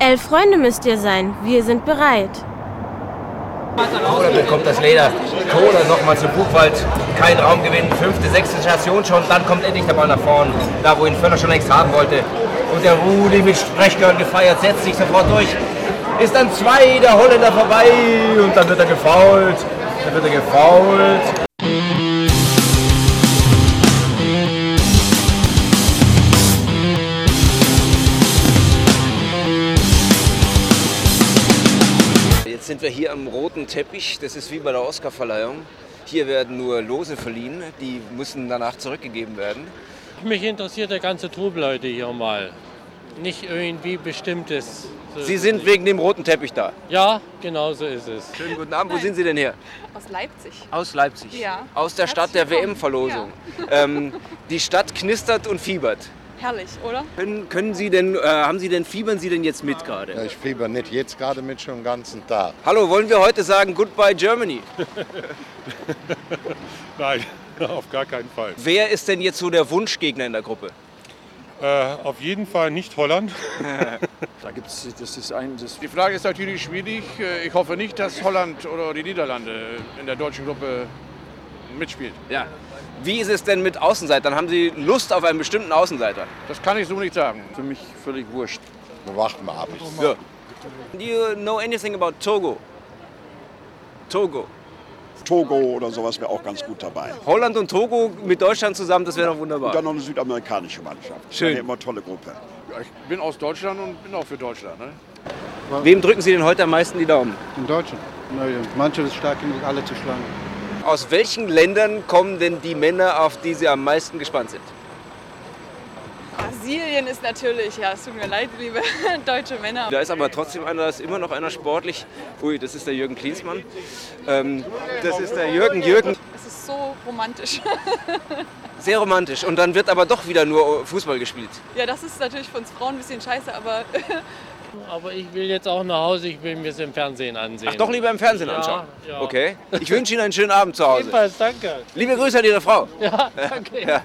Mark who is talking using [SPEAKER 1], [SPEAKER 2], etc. [SPEAKER 1] Elf Freunde müsst ihr sein. Wir sind bereit.
[SPEAKER 2] Oder bekommt das Leder. Kohle nochmal zu Buchwald. Kein Raum gewinnen. Fünfte, sechste Station schon. Dann kommt endlich der Ball nach vorn. Da, wo ihn Völler schon längst haben wollte. Und der Rudi mit Sprechgehörn gefeiert. Setzt sich sofort durch. Ist an zwei der Holländer vorbei. Und dann wird er gefault. Dann wird er gefault.
[SPEAKER 3] Jetzt sind wir hier am roten Teppich. Das ist wie bei der Oscarverleihung. Hier werden nur Lose verliehen. Die müssen danach zurückgegeben werden.
[SPEAKER 4] Mich interessiert der ganze Trubel heute hier mal. Nicht irgendwie bestimmtes. So-
[SPEAKER 3] Sie sind wegen dem roten Teppich da.
[SPEAKER 4] Ja, genau so ist es.
[SPEAKER 3] Schönen guten Abend. Wo sind Sie denn her?
[SPEAKER 5] Aus Leipzig.
[SPEAKER 3] Aus Leipzig.
[SPEAKER 5] Ja.
[SPEAKER 3] Aus der Stadt der WM-Verlosung. Ähm, die Stadt knistert und fiebert.
[SPEAKER 5] Herrlich, oder?
[SPEAKER 3] Können, können Sie denn, äh, haben Sie denn, fiebern Sie denn jetzt mit gerade?
[SPEAKER 6] Ich fieber nicht jetzt gerade mit schon den ganzen Tag.
[SPEAKER 3] Hallo, wollen wir heute sagen Goodbye Germany?
[SPEAKER 7] Nein, auf gar keinen Fall.
[SPEAKER 3] Wer ist denn jetzt so der Wunschgegner in der Gruppe?
[SPEAKER 7] Äh, auf jeden Fall nicht Holland.
[SPEAKER 8] Da gibt's, das ist halt, ein, das
[SPEAKER 9] Die Frage ist natürlich schwierig. Äh, Ich hoffe nicht, dass Holland oder die Niederlande in der deutschen Gruppe mitspielt.
[SPEAKER 3] Ja. Wie ist es denn mit Außenseitern? Haben Sie Lust auf einen bestimmten Außenseiter?
[SPEAKER 9] Das kann ich so nicht sagen.
[SPEAKER 8] für mich völlig wurscht.
[SPEAKER 6] Wir warten mal ab.
[SPEAKER 3] Ja. Do you know anything about Togo? Togo.
[SPEAKER 10] Togo oder sowas wäre auch ganz gut dabei.
[SPEAKER 3] Holland und Togo mit Deutschland zusammen, das wäre doch wunderbar.
[SPEAKER 10] Dann noch eine südamerikanische Mannschaft.
[SPEAKER 3] Schön.
[SPEAKER 10] Eine immer tolle Gruppe.
[SPEAKER 9] Ja, Ich bin aus Deutschland und bin auch für Deutschland. Ne?
[SPEAKER 3] Wem drücken Sie denn heute am meisten die Daumen?
[SPEAKER 8] In Deutschland? Naja, manche ist stark genug, alle zu schlagen.
[SPEAKER 3] Aus welchen Ländern kommen denn die Männer, auf die Sie am meisten gespannt sind?
[SPEAKER 5] Brasilien ist natürlich, ja, es tut mir leid, liebe deutsche Männer.
[SPEAKER 3] Da ist aber trotzdem einer, da ist immer noch einer sportlich. Ui, das ist der Jürgen Klinsmann. Ähm, das ist der Jürgen Jürgen.
[SPEAKER 5] Es ist so romantisch.
[SPEAKER 3] Sehr romantisch. Und dann wird aber doch wieder nur Fußball gespielt.
[SPEAKER 5] Ja, das ist natürlich für uns Frauen ein bisschen scheiße, aber
[SPEAKER 4] Aber ich will jetzt auch nach Hause, ich will mir es im Fernsehen ansehen.
[SPEAKER 3] Ach, doch lieber im Fernsehen
[SPEAKER 4] Ja,
[SPEAKER 3] anschauen.
[SPEAKER 4] ja.
[SPEAKER 3] Okay. Ich wünsche Ihnen einen schönen Abend zu Hause.
[SPEAKER 4] Jedenfalls, danke.
[SPEAKER 3] Liebe Grüße an Ihre Frau.
[SPEAKER 4] Ja, danke.
[SPEAKER 3] Ja.